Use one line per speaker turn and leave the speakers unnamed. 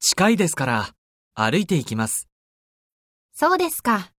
近いですから、歩いて行きます。
そうですか。